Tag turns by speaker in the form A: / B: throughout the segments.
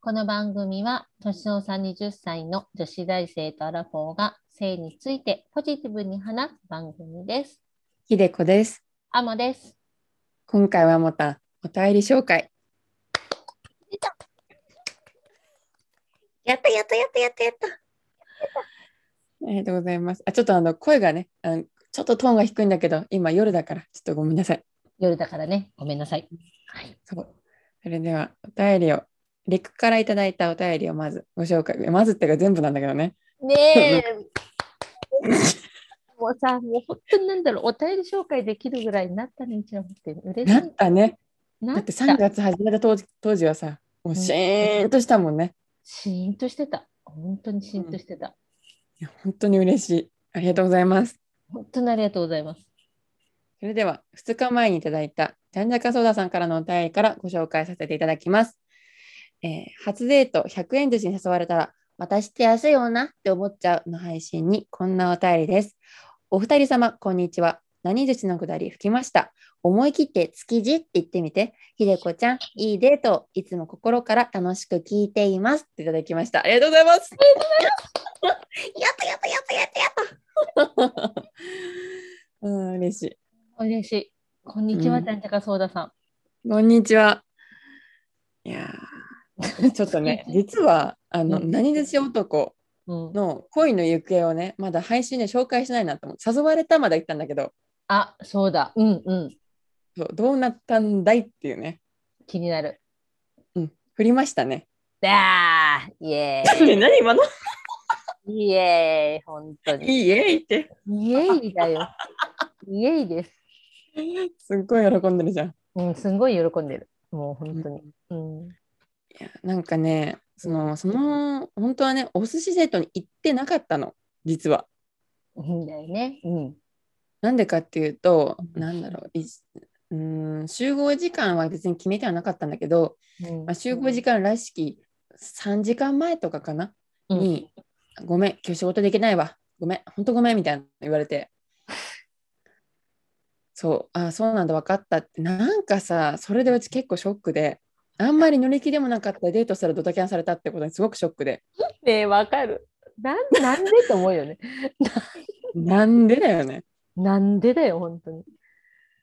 A: この番組は、年の差20歳の女子大生とアラフォーが性についてポジティブに話す番組です。
B: ひでこです。
A: アモです。
B: 今回はまたお便り紹介。
A: やったやったやったやったやった。
B: ありがとうございます。あ、ちょっとあの声がね、あのちょっとトーンが低いんだけど、今夜だからちょっとごめんなさい。
A: 夜だからね、ごめんなさい。はい。
B: そう。それではお便りを、レクからいただいたお便りをまずご紹介。まずっていうか全部なんだけどね。
A: ねえ。 もうさ、もう本当になんだろう、お便り紹介できるぐらいになったね、うちらもって嬉し
B: ないっ。たね。
A: な
B: だって3月始めた当時当時はさ、もうシーンとしたもんね。
A: シーンとしてた。本当にシーンとしてた。
B: いや本当に嬉しい。ありがとうございます。
A: 本当にありがとうございます。
B: それでは2日前にいただいたジャンジャカソーダさんからのお便りからご紹介させていただきます。えー初デート100円寿司に誘われたら私って安いよなって思っちゃうの配信にこんなお便りです。お二人様こんにちは。何寿司のくだり吹きました。思い切って築地って言ってみて。ひでこちゃん、いいデートをいつも心から楽しく聞いています。っていただきました。ありがとうございます。
A: やったやったやったやったやった。
B: うん、嬉しい。
A: 嬉しい。こんにちは、
B: うん
A: ちゃんちゃかそうださ
B: こんにちは。いやー ちょっとね、実は、あの、
A: うん
B: 何寿司男
A: ん。うん、
B: の恋の行方をね、まだ配信で紹介しないなと思って、誘われたまで行ったんだけど、
A: あ、そうだ。うんうん。
B: そうどうなったんだいっていうね、
A: 気になる。
B: 振りましたね。
A: だーイエーイ
B: 何今の
A: イエーイ本当に。
B: いいえいって。
A: イエーイだよ。イエーイです。
B: すっごい喜んでるじゃん。
A: うん、すんごい喜んでる。もう本当に。うん。
B: いやなんかね、その、その、本当はね、お寿司デートに行ってなかったの、実は。
A: うんだよね。うん。
B: なんでかっていうと、
A: うん
B: なんだろう、いうん集合時間は別に決めてはなかったんだけど、
A: うん
B: まあ、集合時間らしき3時間前とかかな、
A: うん
B: に「ごめん今日仕事できないわごめんほんとごめん」みたいなの言われてそうあそうなんだ分かったってなんかさそれでうち結構ショックであんまり乗り気でもなかったデートしたらドタキャンされたってことにすごくショックで
A: ねえ、わかる。なんなんでと思うよね。
B: なんでだよね。
A: なんでだよ、本当に。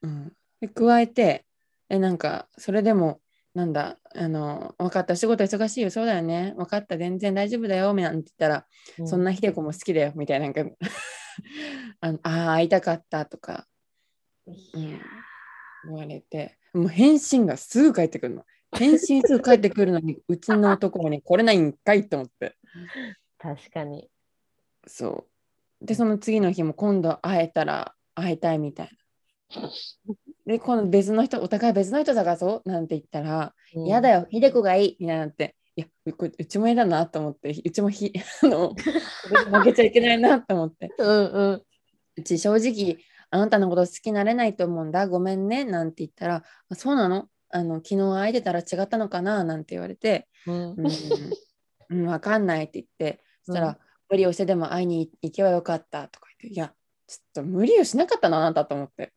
B: うん、で加えてえなんかそれでもなんだあの分かった仕事忙しいよそうだよね分かった全然大丈夫だよみたいなの言ったら
A: う
B: そんなひでこも好きだよみたいななんか あのあー会いたかったとか、うん言われてもう返信がすぐ返ってくるの返信すぐ返ってくるのにうちの男に来れないんかいと思って
A: 確かに。
B: そうでその次の日も今度会えたら会いたいみたいなで今度別の人お互い別の人探そうなんて言ったら「嫌、だ
A: よ。
B: よひでこがいい」みたいになって。いやうこうちも嫌だなと思ってうちもひ あの負けちゃいけないなと思って
A: うんうん。
B: うち正直あなたのこと好きになれないと思うんだごめんねなんて言ったらあそうなのあの昨日会えてたら違ったのかななんて言われて、
A: うん
B: うんうん、分かんないって言ってそしたら、無理をしてでも会いに行けばよかったとか言っていやちょっと無理をしなかったなあなたと思って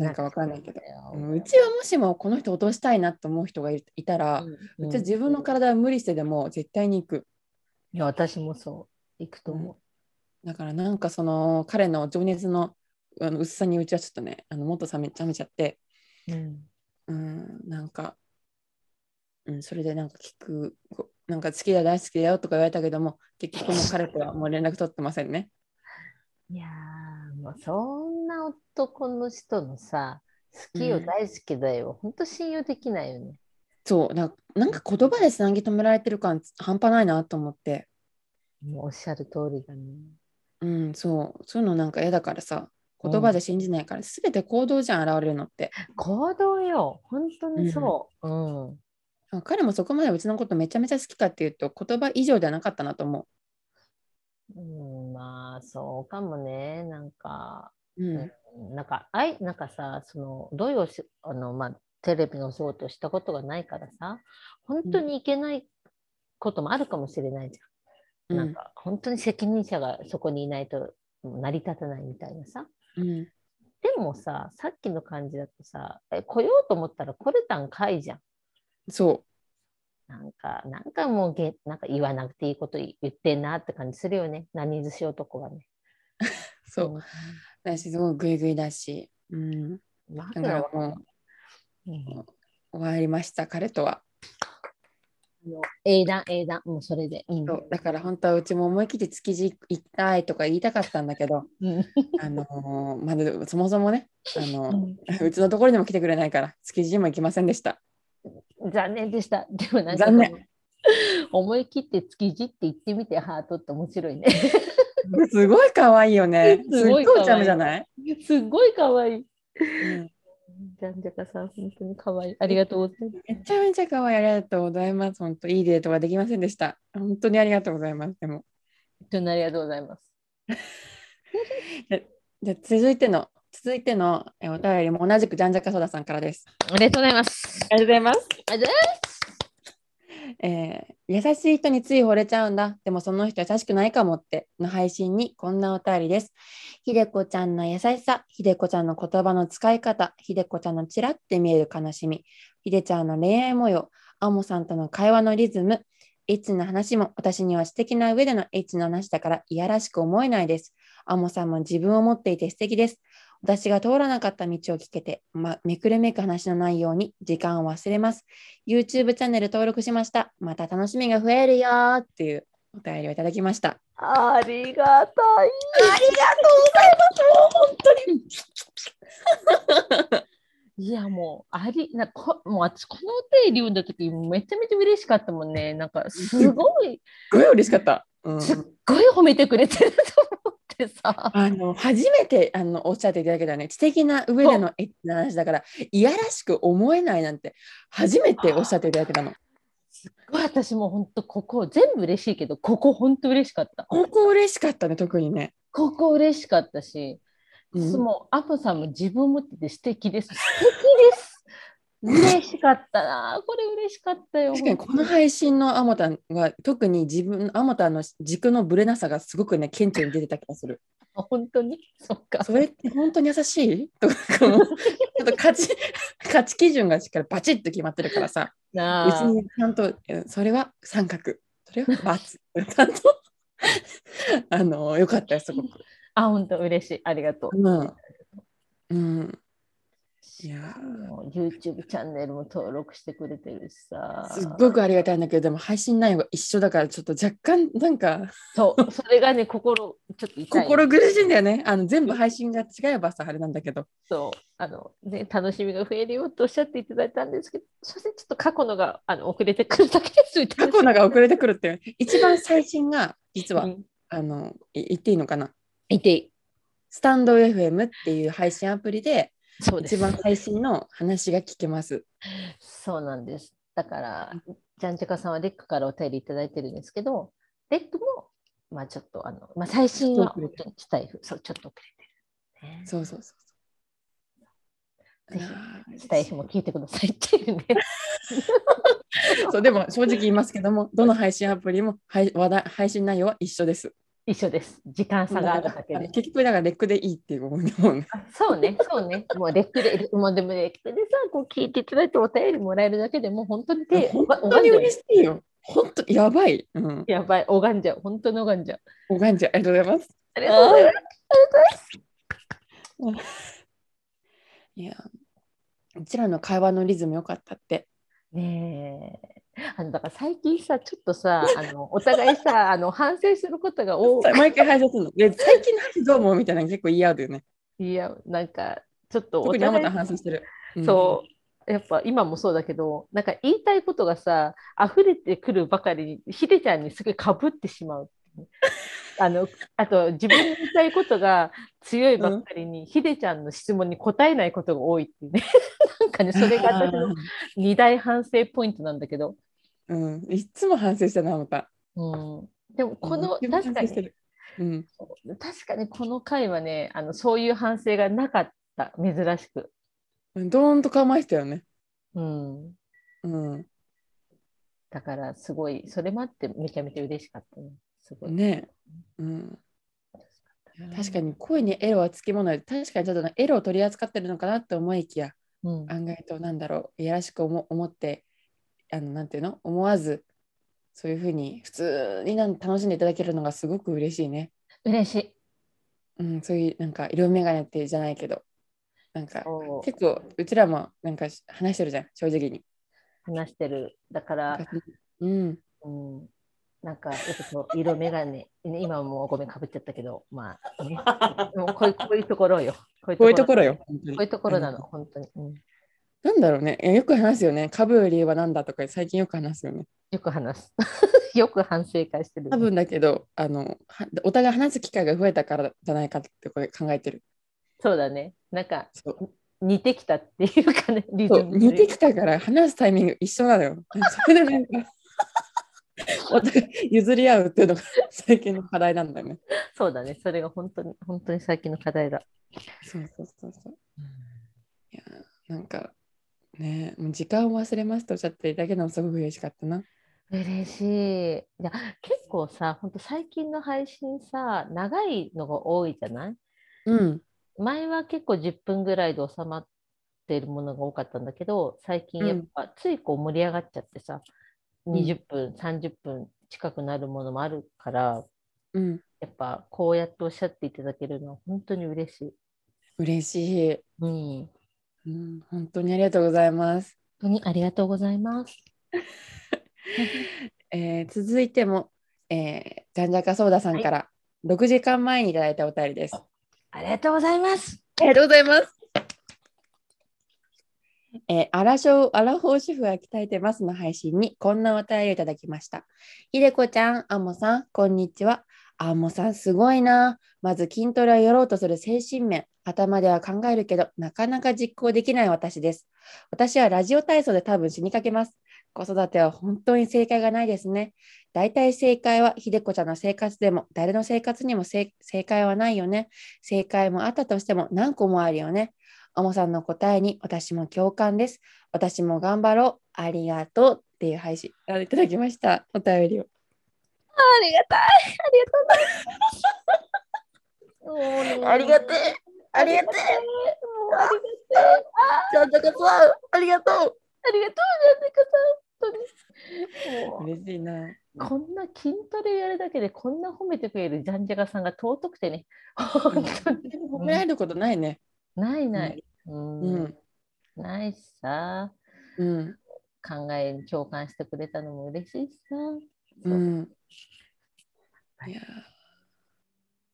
B: なんかわかんないけどうんうちはもしもこの人落としたいなと思う人がいいたら、うちは自分の体を無理してでも絶対に行く
A: いや、私もそう。行くと思
B: だからなんかその彼の情熱のあの薄さにうちはちょっとねあのもっと冷め冷めちゃって
A: う。うん。
B: うん、なんか、うん、それでなんか聞く、こなんか好きだ大好きだよとか言われたけども、結局もう彼とはもう連絡取ってませんね。
A: いやー、もうそんな男の人のさ、好きよ、
B: うん
A: 大好きだよ。本当信用できないよね。
B: そう、なんかなんか言葉でつなぎ止められてる感半端ないなと思って、
A: もうおっしゃる通りだね。
B: うん、そう、そういうのなんか嫌だからさ、言葉で信じないから、すべて行動じゃん、現れるのって。
A: 行動よ。本当にそう。うん。
B: 彼もそこまでうちのことめちゃめちゃ好きかっていうと、言葉以上ではなかったなと思
A: うん、まあ、そうかもね。なんか、
B: う。うん、
A: なんか、あい、なんかさ、その、どういうおし、あの、まあ、テレビのお仕事をしたことがないからさ、本当にいけないこともあるかもしれないじゃん。
B: う
A: なん
B: ん、
A: か、本当に責任者がそこにいないと成り立たないみたいなさ。
B: うん、
A: でもさ、さっきの感じだとさ、え来ようと思ったら来れたんかいじゃん。
B: そ
A: なんか、なんかもうげ、なんか言わなくていいこと言ってんなって感じするよね。何寿司男がね。
B: そう。だし、すごいグイグイだし。うん。
A: うん。なん
B: だ
A: だ
B: から
A: ろ
B: も
A: う。うん
B: う、終わりました、彼とは。
A: 英断、英断、もうそれで。うん
B: そうだから本当はうちも思い切って築地行きたいとか言いたかったんだけ ど、
A: うん
B: あのーまだそもそもね、あのー
A: う
B: うちのところにも来てくれないから、築地にも行きませんでした。
A: ん残念でした。でもなんか
B: 残念
A: 思い切って築地って言ってみてハートって面白いね。
B: すごい可愛いよね。す
A: す
B: っご
A: ご
B: い
A: い
B: お
A: 可愛い
B: ちゃめじゃない、
A: すっごい可愛い。
B: うん
A: ジャンジャカさん、本当に可愛い。ありがとうござい ます。
B: めちゃめちゃ可愛い。ありがとうございます。本当いいデートはできませんでした。本当にありがとうございます。でも。
A: 本当にありがとうございます。
B: じゃあ続いての、続いてのえお便りも同じくジャンジャカソダさんからです。
A: ありがとうございます。
B: ありがとうございます。
A: ありがとう
B: えー優しい人につい惚れちゃうんだでもその人優しくないかもっての配信にこんなお便りですひでこちゃんの優しさひでこちゃんの言葉の使い方ひでこちゃんのちらって見える悲しみひでちゃんの恋愛模様あもさんとの会話のリズムエッチな話も私には素敵な上でのエッチな話だからいやらしく思えないですあもさんも自分を持っていて素敵です私が通らなかった道を聞けて、ま、めくるめく話の内容に時間を忘れます YouTube チャンネル登録しました。また楽しみが増えるよーっていうお便りをいただきました。
A: ありがたい。
B: ありがとうございます。本当 に。
A: いやもうありなんかこもう私このお便り読んだ時めちゃめちゃ嬉しかったもんねなんかすごい
B: すごい嬉しかった。うん
A: すっごい褒めてくれてると思ってさ
B: あの初めてあのおっしゃっていただけたね、知的な上でのエッチな話だから、いやらしく思えないなんて、初めておっしゃっていただけたの。
A: すごい私も本当ここ全部嬉しいけどここ本当嬉しかった
B: ここ嬉しかったね、特にね。
A: ここ嬉しかったし、
B: うん
A: もうアポさんも自分を持ってて素敵です素敵です嬉しかったなこれ嬉しかったよ
B: 確かにこの配信のあもたんは、特に自分、あもたんの軸のぶれなさがすごくね、顕著に出てた気がする。
A: 本当に そっか
B: それって本当に優しいとか こうちょっと価値価値基準がしっかりバチッと決まってるからさ
A: な
B: うち
A: あ
B: にちゃんとえそれは三角それは× ちゃんとあのよかったよすごく。
A: あ本当嬉しいありがとう
B: うんうん、いや
A: もう YouTube チャンネルも登録してくれてるしさ
B: すっごくありがたいんだけどでも配信内容が一緒だからちょっと若干なんか
A: そうそれがね心ちょっと痛い
B: 心苦しいんだよねあの全部配信が違えばさあれなんだけど
A: そうあの、ね、楽しみが増えるよとおっしゃっていただいたんですけどすいませんちょっと過去のがあの遅れてくるだけですみたい
B: 過
A: な
B: 去のが遅れてくるっていう一番最新が実は、
A: うん
B: あのい言っていいのかない
A: ていい
B: スタンド FM っていう配信アプリで
A: そうです
B: 一番最新の話が聞けます。
A: そうなんです。だから、ジャンチャカさんはレックからお便りいただいてるんですけど、レックも、まあちょっと、あの、まあ最新は本当にスタイフ、そう、ちょっと遅れてる、ね。
B: そうそうそうそう。
A: ぜひ
B: あー
A: スタイフも聞いてくださいっていうね。
B: そうでも正直言いますけ ども、どの配信アプリも配話題配信内容は一緒です。
A: 一緒です。時間差があるだけ
B: あの
A: で。
B: 結局だからレックでいいっていう思うね。
A: あそうね、そうね。もうレックで、レックもでもレックでさ、こう聞いていただいてお便りもらえるだけでもう 本当に手、おば
B: 本当に
A: 拝んじ
B: 嬉
A: ゃ
B: しいよ。本当やばい。うん。
A: う。やばい、拝んじゃう。本当に拝んじゃう。
B: おがんじゃありがとうございます。
A: ありがとうございます。
B: いや、うちらの会話のリズム良かったって。
A: ねえ。 あのだから最近さちょっとさあのお互いさあの反省することが多く
B: 毎回配信するの。で最近の話どう思うみたいなの結構言い合うよね。
A: いやなんかちょっとお
B: 特にあま
A: 互い
B: た話してる。うん
A: そうやっぱ今もそうだけどなんか言いたいことがさ溢れてくるばかりにひでちゃんにすごいかぶってしまう。 あのあと自分の言いたいことが強いばっかりに、ひでちゃんの質問に答えないことが多いっていうね なんかねそれが 私の二大反省ポイントなんだけど、
B: うん、いつも反省してるな、また。
A: うん、でもこ
B: う
A: の
B: んいつ
A: 確かに
B: も反省してるうん、
A: 確かにこの回はねあのそういう反省がなかった珍しく、
B: ドーンと構えてたよね。
A: うん、
B: うん、
A: だからすごいそれもあってめちゃめちゃ嬉しかったねすごい、
B: ねえ、うん、確か
A: に、
B: に声にエロはつきもので、確かにちょっとねエロを取り扱ってるのかなと思いきや、
A: うん、
B: 案外となんだろう、いやらしく思思ってあのなんていうの思わずそういうふうに普通になん楽しんでいただけるのがすごく嬉しいね。
A: 嬉しい。
B: うん、そういうなんか色眼鏡ってじゃないけどなんか
A: そう
B: 結構うちらもなんかし話してるじゃん正直に。
A: 話してる。だから、
B: うん、
A: うん、なんか、やっぱそう色眼鏡、ね今もごめん、かぶっちゃったけど、まあ、 ね、もうこういうこういうところよ。こう
B: こういうところよ。
A: こ
B: 本当に
A: ういうところなの、
B: うん
A: 本当に。うん
B: なんだろうね。えよく話すよね。株売りはなんだとか最近よく話すよね。
A: よく話す。 よく反省会してる。
B: 多分だけどあのはお互い話す機会が増えたからじゃないかってこれ考えてる。
A: そうだね。なんか、
B: そう
A: 似てきたっていうかね、リズ
B: そう
A: ム
B: 似てきたから話すタイミング一緒なのよ。それでな んかお互い譲り合うっていうのが最近の課題なんだよね。
A: そうだね。それが本当に、本当に最近の課題だ。
B: そうそうそうそう。いやーなんかねもう時間を忘れますとおっしゃっていただけでもすごく嬉しかったな。
A: 嬉しい。いや、結構さ、本当最近の配信さ、長いのが多いじゃない
B: うん
A: 前は結構10分ぐらいで収まってるものが多かったんだけど、最近やっぱついこう盛り上がっちゃってさ、
B: ん
A: 20分、30分近くなるものもあるから、
B: うん
A: やっぱこうやっておっしゃっていただけるのは本当に嬉しい。
B: 嬉しい。
A: うん。本
B: うん、本当にありがとうございます。
A: 当にありがとうございます。
B: えー続いても、えー、ジャンジャカソーダさんから6時間前にいただいたお便りです。
A: ありがとうございます。
B: ありがとうございます。えー、アラショーアラフォー主婦が鍛えてますの配信にこんなお便りをいただきました。ひでこちゃん、あもさん、こんにちは。あもさん、すごいな。まず筋トレをやろうとする精神面。頭では考えるけど、なかなか実行できない私です。私はラジオ体操で多分死にかけます。子育ては本当に正解がないですね。大体正解はひでこちゃんの生活でも、誰の生活にも正正解はないよね。正解もあったとしても何個もあるよね。あもさんの答えに私も共感です。私も頑張ろう。ありがとうっていう配信あいただきました。お便りを。
A: ありがたい。ありがとうございます。ありがてえ。もう
B: て
A: ありがてえ。あ
B: ちゃんとかさありがと
A: ありがとうジャンジャカさん。本当に。も
B: 嬉しいな。
A: うこんな筋トレやるだけでこんな褒めてくれるジャンジャカさんが尊くてね。本当に。
B: 褒められることないね。
A: ないない。う
B: うんん。。
A: ないしさ。
B: うん。
A: 考えに共感してくれたのも嬉しいしさ。
B: うん。いやー。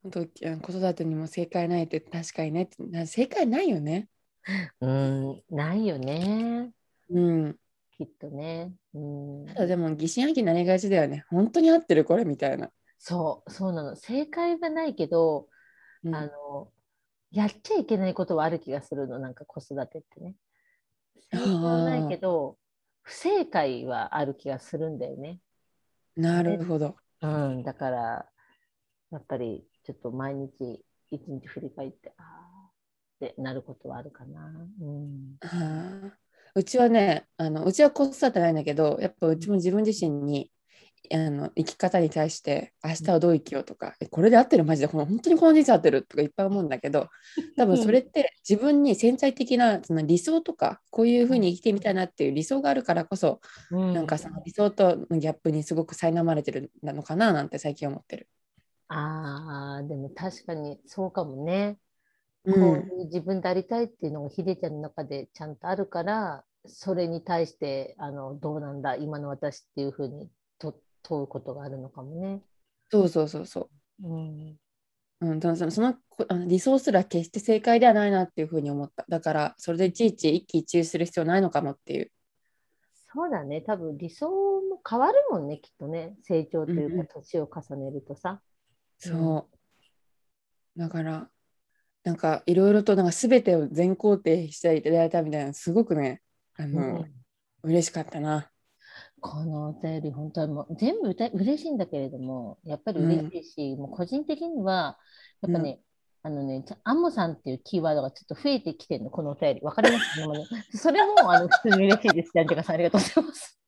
B: 本当いや子育てにも正解ないって確かにねな正解ないよね。
A: うん、ないよね。
B: うん。
A: きっとね。うん
B: た、だでも疑心暗鬼になりがちだよね。本当に合ってるこれみたいな。
A: そう、そうなの。正解がないけど、
B: うん
A: あの、やっちゃいけないことはある気がするの、なんか子育てってね。正解はないけど、不正解はある気がするんだよね。
B: なるほど。
A: うん、だから、やっぱりちょっと毎日、一日振り返って、ああってなることはあるかな。うん。
B: あーうちはねあのうちは子育てないんだけどやっぱうちも自分自身にあの生き方に対して明日はどう生きようとか、えこれで合ってるマジでこの本当にこの人生合ってるとかいっぱい思うんだけど多分それって自分に潜在的なその理想とかこういうふうに生きてみたいなっていう理想があるからこそ、なんかその理想とのギャップにすごく苛まれてるのかななんて最近思ってる。
A: ああ、でも確かにそうかもね。
B: う、
A: こうんいう自分でありたいっていうのがヒデちゃんの中でちゃんとあるから、それに対して、あの、どうなんだ、今の私っていうふうにと問うことがあるのかもね。
B: そうそうそうそう
A: うん。
B: うん、でもそのそのこあの理想すら決して正解ではないなっていうふうに思った。だから、それでいちいち一喜一憂する必要ないのかもっていう。
A: そうだね。多分理想も変わるもんね、きっとね。成長というか、年を重ねるとさ。
B: そう。だから、なんかいろいろとなんか全てを全肯定していただいたみたいな、すごくね、あの、
A: うん
B: 嬉しかったな。
A: このお便り、本当はもう全部うた嬉しいんだけれども、やっぱり嬉しいし、もう個人的には、やっぱね、あのね、ちゃアンモさんっていうキーワードがちょっと増えてきてるの、このお便り。わかりますか、ね、それも、あの、普通に嬉しいです。ジャンジャカさん、ありがとうございます。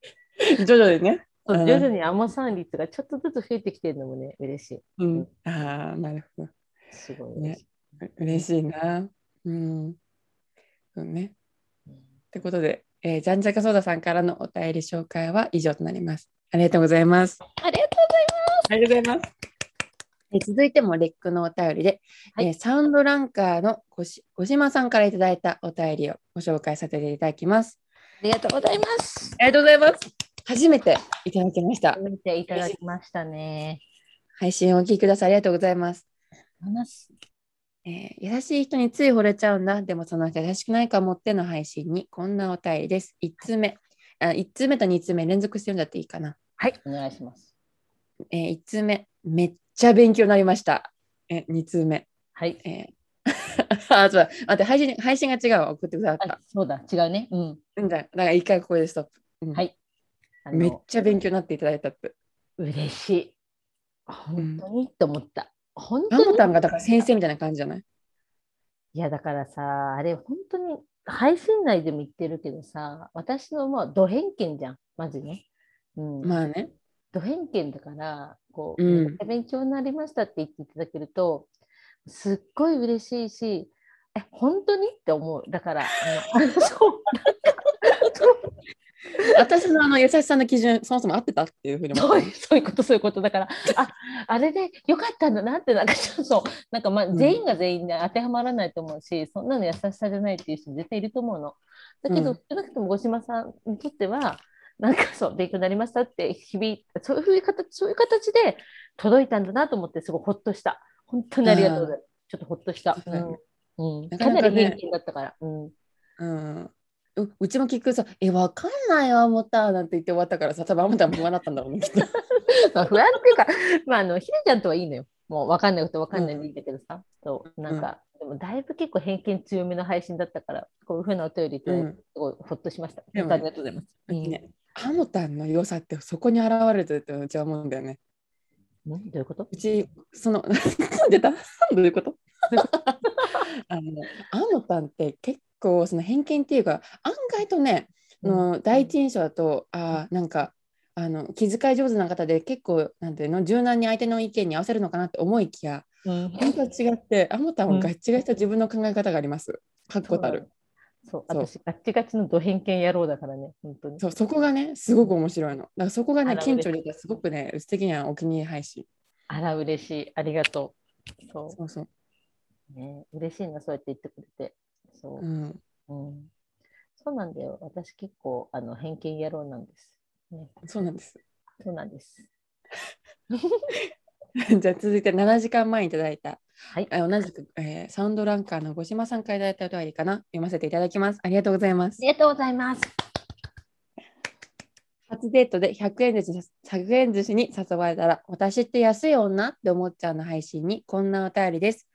B: 徐々にね。
A: 徐
B: うん
A: 々にアンモさん率がちょっとずつ増えてきてるのもね、嬉しい。
B: うん、ああ、なるほど。
A: すごい嬉しい。
B: 嬉しいな。うん。そうね。ってことで、えー、ジャンジャカソーダさんからのお便り紹介は以上となります。ありがとうございます。
A: ありがとうございま
B: ありがとうございます。え続いてもレックのお便りで、
A: はい
B: えーサウンドランカーのごし小島さんからいただいたお便りをご紹介させていただきます。
A: す。ありがとうございます。
B: ありがとうございます。初めていただきました。
A: 見ていただきましたね。
B: 配信をお聞きください。ありがとうございます。
A: 話
B: えー優しい人につい惚れちゃうんだ。でもその人優しくないかもっての配信にこんなお便りです。1通目。あ1通目と2通目連続して読んだっていいかな。
A: はい、お願いします。
B: え1通目。めっちゃ勉強になりました。え2通目。
A: はい。
B: えー あ、そうだ。待って、配信、配信が違うわ。送ってくださった
A: あ。そうだ、違うね。うん。
B: うんだだから一回ここでストップ。うん
A: はいあの
B: めっちゃ勉強になっていただいたって。
A: 嬉しい。本当に、って思った。本
B: ナ
A: 当
B: モ
A: に
B: タンがだから先生みたいな感じじゃない
A: いやだからさ、あれ本当に配信内でも言ってるけどさ、私のまあド偏見じゃん、まずね。うん、
B: まあね。
A: ド偏見だから、こう、
B: うん
A: めっちゃ勉強になりましたって言っていただけると、すっごい嬉しいし、え、本当にって思う。だから、 あのそう、
B: 私のあの優しさの基準、そもそも合ってたっていうふうに思
A: そう
B: っ
A: いうそういうこと、そういうことだから、ああれでよかったんだなって、なんかちょっと、なんかまあ、
B: うん
A: 全員が全員で当てはまらないと思うし、そんなの優しさじゃないっていう人、絶対いると思うの。だけ
B: う
A: ど、
B: ん
A: 少なくとも五島さんにとっては、なんかそう、勉強になりましたって、日々、そういうふうに形そういう形で届いたんだなと思って、すごいほっとした。本当にありがとうございます。ちょっとほっとした。
B: そうだね
A: うんうん
B: な
A: か
B: かな
A: な
B: かね
A: り偏見だったから。うん
B: うん。ううちも結局さ、え、わかんないわ、思ったなんて言って終わったからさ、多分あもたんも不安だったんだろうね、きっと。
A: まあ不安っていうか、まあ、あのひでちゃんとはいいのよ。もう分かんないこと分かんないでいいんだけどさ。そうなんか、でもだいぶ結構偏見強めの配信だったから、こういうふうなお便りいただいて
B: うん
A: すごいほっとしました。
B: で
A: 本
B: も
A: 当ありがとうございます。
B: ねあもたんの良さってそこに現れてるってうちは思うんだよね。
A: うんんどういうこと
B: うち、その、 出たどういうこと あの、あもたんって結構、その偏見っていうか、案外とね、あの第一印象だと、あーなんか、あの気遣い上手な方で結構なんていうの柔軟に相手の意見に合わせるのかなって思いきや
A: うん
B: 本当は違ってあもたん
A: う
B: は
A: ん
B: ガッチガチした自分の考え方があります。かっこたる。
A: そう、
B: そう
A: 私、ガッチガチのド偏見野郎だからね、本当に。
B: そうそこがねすごく面白いの。だからそこが
A: あ
B: ね
A: ら
B: 顕著に出てすごくねうち的にはお気に入り配信。
A: あら、嬉しい。ありがとう。そ
B: そうそう。
A: う、ね。嬉しいな、そうやって言ってくれて。そう
B: う。ん。
A: うん。そうなんだよ。私、結構、あの、偏見野郎なんです。ね。
B: そうなんです。
A: そうなんです。
B: じゃあ続いて7時間前にいただいた、
A: はい
B: あ同じく、えーサウンドランカーの五島さんからいただいたお便りかな読ませていただきます。ありがとうございます
A: あ。りがとうございます。
B: 初デートで100円寿司に100円寿司に誘われたら私って安い女って思っちゃうの配信にこんなお便りです。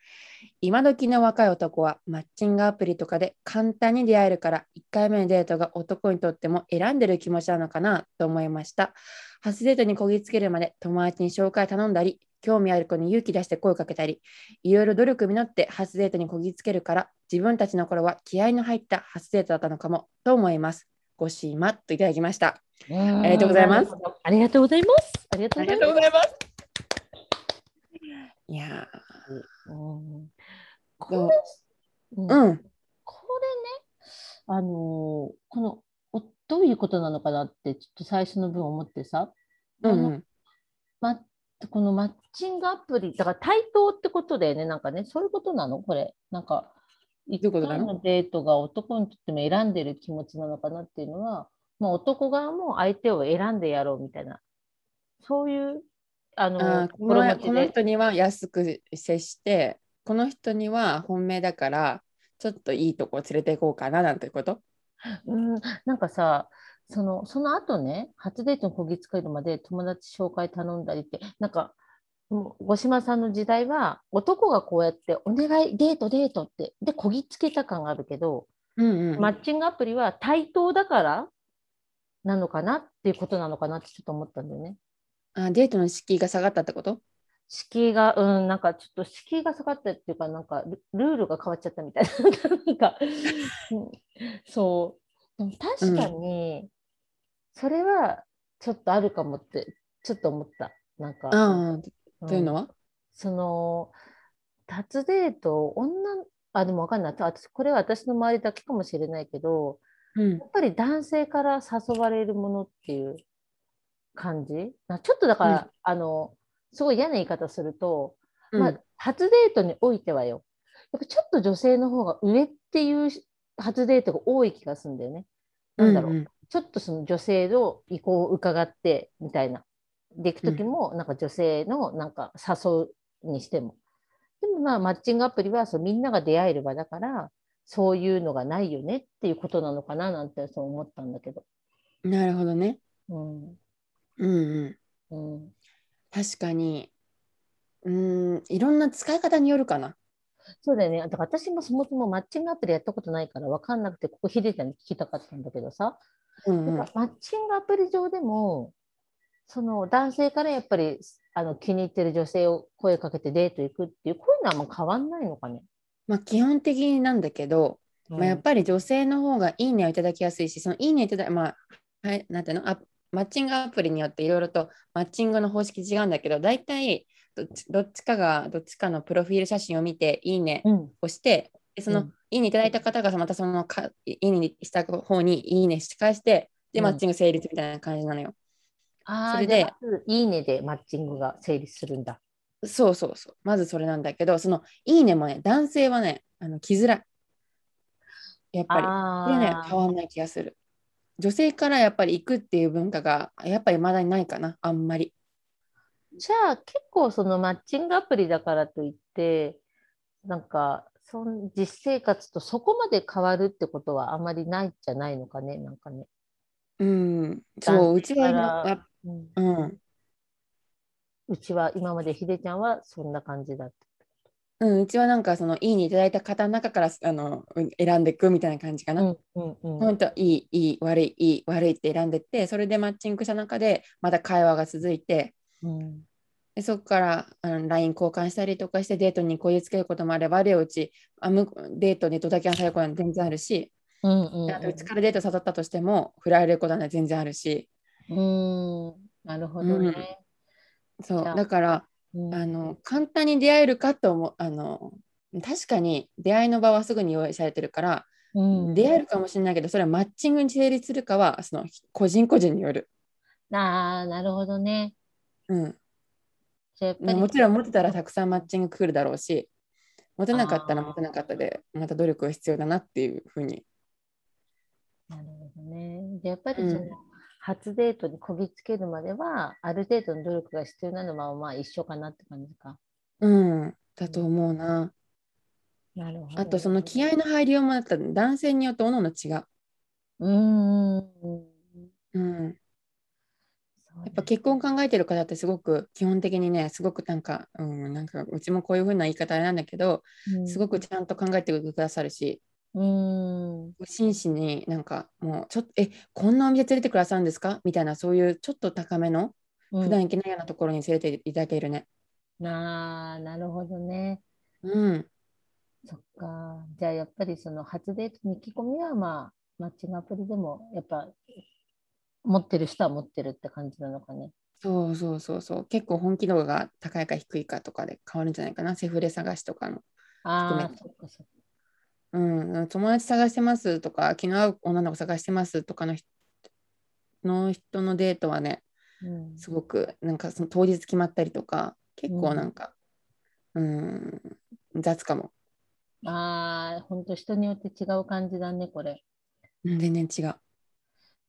B: 今時の若い男はマッチングアプリとかで簡単に出会えるから1回目のデートが男にとっても選んでる気持ちなのかなと思いました。初デートにこぎつけるまで友達に紹介頼んだり興味ある子に勇気出して声をかけたりいろいろ努力実って初デートにこぎつけるから自分たちの頃は気合の入った初デートだったのかもと思います。ごしまといただきました。
A: あ
B: ありがとうございます。
A: ありがとうございます。ありがとうございます。
B: ざいます。いや
A: うん
B: で
A: こ
B: も
A: れ、
B: ー、
A: うん
B: うん、
A: これね、あのーこのおどういうことなのかなってちょっと最初の分思ってさ、
B: うん、う
A: この
B: ん、
A: まこのマッチングアプリだから対等ってことだよねなんかねそういうことなのこれなんか
B: うい
A: 1
B: うことな
A: 回
B: の
A: のデートが男にとっても選んでる気持ちなのかなっていうのは、まあ、男側も相手を選んでやろうみたいなそういうあ
B: あ
A: の
B: ーこ
A: 心
B: のこ
A: 持
B: の
A: ちで
B: 人には安く接して、この人には本命だから、ちょっといいとこ連れて行こうかななんてこと。
A: うん、なんかさそのその後ね初デートにこぎつけるまで友達紹介頼んだりってなんかもう五島さんの時代は男がこうやって「お願いデートデート」ってでこぎつけた感があるけど、
B: うん、うん、
A: マッチングアプリは対等だからなのかなっていうことなのかなってちょっと思ったんだよね。
B: あー、デートの敷居が下がったってこと。
A: 敷居が、うん、なんかちょっと敷居が下がったっていうか、なんかルルールが変わっちゃったみたいな、 なんか、うんそう、でも確かに、それはちょっとあるかもって、ちょっと思った、なんか。
B: うん、うん、
A: うん
B: というのは。
A: その、初デート、女の、あ、でもわかんない、あ私これは私の周りだけかもしれないけど、
B: うん
A: やっぱり男性から誘われるものっていう感じなちょっとだから、
B: うん
A: あのすごい嫌な言い方すると、
B: うん
A: まあ、初デートにおいてはよやっぱちょっと女性の方が上っていう初デートが多い気がするんだよね。なんだろう、
B: うん
A: ちょっとその女性の意向を伺ってみたいな。で行く時も、なんか女性のなんか誘うにしても。でもまあマッチングアプリはそうみんなが出会える場だから、そういうのがないよねっていうことなのかななんてそう思ったんだけど。
B: うんなるほどね。
A: うん。
B: うんうん、
A: うん、
B: 確かに。うん、いろんな使い方によるかな。
A: そうだよね。だから私もそもそもマッチングアプリやったことないから分かんなくて、ここヒデちゃんに聞きたかったんだけどさ。
B: うんうん
A: なんかマッチングアプリ上でも、その男性からやっぱりあの気に入ってる女性を声かけてデート行くっていう、こういうのはもう変わんないのかね。
B: まあ、基本的になんだけど、まあ、やっぱり女性の方がいいねをいただきやすいし、そのいいねいただまあ、はい、なんていうのあマッチングアプリによっていろいろとマッチングの方式違うんだけど、大体どっちどっちかがどっちかのプロフィール写真を見ていいね
A: うん、うん
B: をして、でそうの
A: ん
B: いいねいただいた方がまたそのかいいねした方にいいねし返して、で、
A: うん
B: マッチング成立みたいな感じなのよ。
A: あ
B: そ
A: あ、
B: れ
A: じゃあ
B: で
A: まずいいねでマッチングが成立するんだ。
B: そうそうそう。まずそれなんだけど、そのいいねもね、男性はね、あの来づらい。やっぱり。これね
A: あ、
B: 変わんない気がする。女性からやっぱり行くっていう文化がやっぱりまだにないかな、あんまり。
A: ーじゃあ結構そのマッチングアプリだからといって、なんかそん実生活とそこまで変わるってことはあまりないじゃないのかね、なんかね。
B: うん、
A: 男
B: そう、うち
A: か
B: は
A: ら
B: 今、
A: うん
B: あうん、
A: うちは今までひでちゃんはそんな感じだった。
B: うん、うちはなんかそのいいにいただいた方の中からあのうん選んでいくみたいな感じかな。
A: んうん
B: ほんといい、いい、悪い、いい、悪いって選んでって、それでマッチングした中でまた会話が続いて、
A: うん
B: でそこからあの LINE 交換したりとかしてデートにこぎつけることもあれば、あれうちあむデートにドタキャンされることは全然あるし、
A: うんうん
B: あとうちからデート誘ったとしても振られることは全然あるし
A: うんなるほどね。
B: そう
A: じゃあ
B: だから
A: うん
B: あの簡単に出会えるかと思うあの確かに出会いの場はすぐに用意されてるから、
A: うん
B: 出会えるかもしれないけどそれはマッチングに成立するかはその個人個人による、
A: ああなるほどね。
B: うん、
A: じゃあやっぱり
B: もちろん持ってたらたくさんマッチング来るだろうし持てなかったら
A: あー
B: 持てなかったでまた努力が必要だなっていうふうに
A: なるほどね。じゃあやっぱり
B: うん
A: その、初デートにこぎつけるまではある程度の努力が必要なのはまあ一緒かなって感じか。
B: うんだと思うな
A: なるほど。
B: あとその気合の入りようもだったら男性によっておのおの違う、
A: うん。
B: うん、やっぱ結婚考えてる方ってすごく基本的にねすごくなんか,、うん、なんかうちもこういうふうな言い方あれなんだけどすご
A: く。
B: くちゃんと考えてくださるし
A: うん。
B: 真摯になんかもうちょっとえこんなお店連れてくださるんですかみたいなそういうちょっと高めの
A: 普
B: 普段行けないようなところに連れていただけるね。
A: なあなるほどね。
B: うん、
A: そっか。じゃあやっぱりその初デートに聞き込みはまあマッチングアプリでもやっぱ持ってる人は持ってるって感じなのかね。
B: そうそうそうそう結構本気度が高いか低いかとかで変わるんじゃないかなセフレ探しとかの。
A: ああ、
B: 含めて
A: そっかそっか。
B: うん、友達探してますとか気の合う女の子探してますとかの人の人のデートはね
A: うん、
B: すごくなんかその当日決まったりとか結構なんかうん雑かも
A: ああ、本当人によって違う感じだね、これ。
B: うん全然違う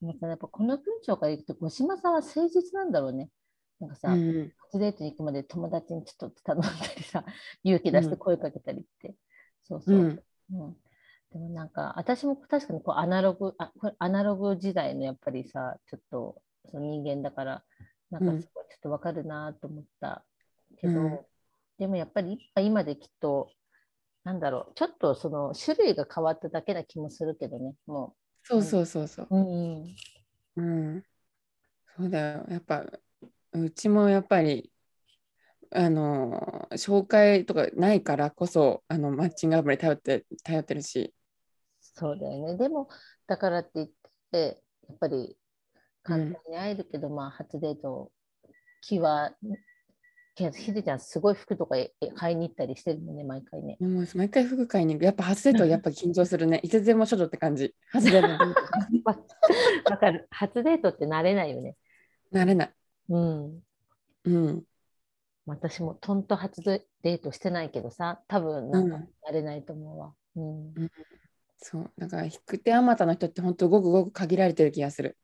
A: なんかさやっぱこの文章から言くと、五島さんは誠実なんだろうね。なんかさ、
B: うんうん
A: 初デートに行くまで友達にちょっと頼んだりさ、 勇気出して声かけたりって。そうそう。
B: うん
A: うんでもなんか、私も確かにこうアナログ、あこれアナログ時代のやっぱりさ、ちょっとその人間だから、なんか
B: うん
A: すごいちょっとわかるなと思ったけど、
B: うん
A: でもやっぱり今できっと、なんだろう、ちょっとその種類が変わっただけな気もするけどね、も
B: そうそうそうそう
A: う。うんうん、
B: うんそうだよやっぱうちもやっぱりあの紹介とかないからこそあのマッチングアプリ頼って頼ってるし
A: そうだよね。でも、だからって言って、やっぱり簡単に会えるけど、まあ、初デート、気はけどひでちゃんすごい服とかえ買いに行ったりしてるもんね毎回ね。
B: でも毎回服買いに行くやっぱ初デートはやっぱ緊張するねいつでも処女って感じ初デ ートの
A: わかる初デートって慣れないよね。
B: 慣れない
A: うん。
B: うん、
A: 私もとんと初デートしてないけどさ多分
B: う
A: なん
B: ん
A: か、慣れないと思うわ。うん。
B: そうだから引く手あまたの人って本当ごくごく限られてる気がする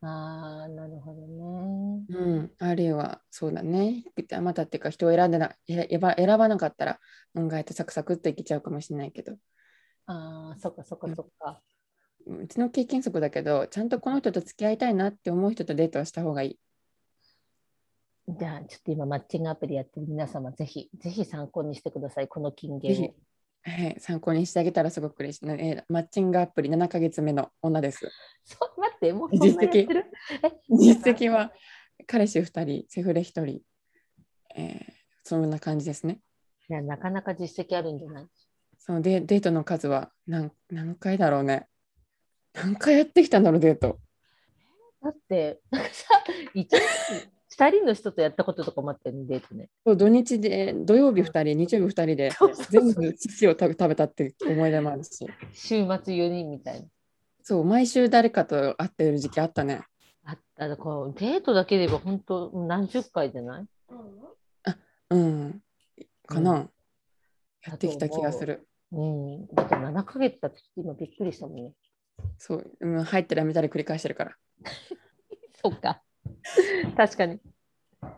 A: ああなるほどね。
B: うん、あるいはそうだね。あまたっていうか人を選んでなえ選ば選ばなかったら案外とサクサクっといけちゃうかもしれないけど
A: ああそっかそっかそっか。
B: うんうちの経験則だけどちゃんとこの人と付き合いたいなって思う人とデートをした方がいい。
A: じゃあちょっと今マッチングアプリやってる皆様ぜひぜひ参考にしてくださいこの金
B: ぜ
A: 言
B: ひ
A: を。、
B: はい、参考にしてあげたらすごく嬉しい、ねえーマッチングアプリ7ヶ月目の女です。
A: そう待ってもうそんなやってるえ
B: 実績は彼氏2人、セフレ1人、えーそんな感じですね。
A: いやなかなか実績あるんじゃない
B: そのデデートの数は何何回だろうね。何回やってきたんだろう、デート。
A: だってなんかさ一日2人の人とやったこととか待ってるんデートね。
B: そう土日で土曜日2人、日曜日2人で
A: そうそうそう
B: 全部父を食べ食べたっていう思い出もあるし、
A: 週末4人みたいな。
B: そう、毎週誰かと会ってる時期あったね。
A: あっただこうデートだけで言えば本当何十回じゃない
B: うん。かな、
A: う
B: やってきた気がする。
A: うん。だって7ヶ月だって今びっくりしたもんね。
B: そう、うん、入ったらやめたり繰り返してるから。
A: そっか。確かに。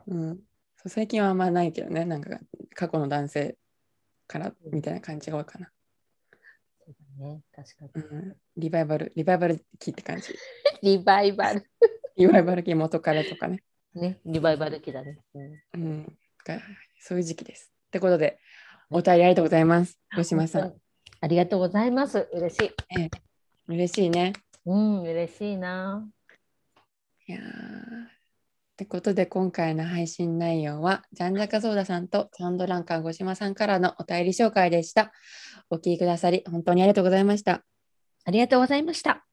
B: うん、そう最近はあんまないけどね、なんか過去の男性からみたいな感じが多いかな。
A: ね、確かに。
B: うん、リバイバル、リバイバル期って感じ。
A: リバイバル。
B: リバイバル期元彼とかね。
A: ね、リバイバル期だね。うん、
B: うん、がそういう時期です。ってことで、お便りありがとうございます。吉島さん。
A: ありがとうございます。嬉しい。
B: 嬉しいね。
A: うん、嬉しいな。
B: いやーってことで今回の配信内容はジャンジャカソーダさんとサウンドランカー五島さんからのお便り紹介でした。お聞きくださり本当にありがとうございました。
A: ありがとうございました。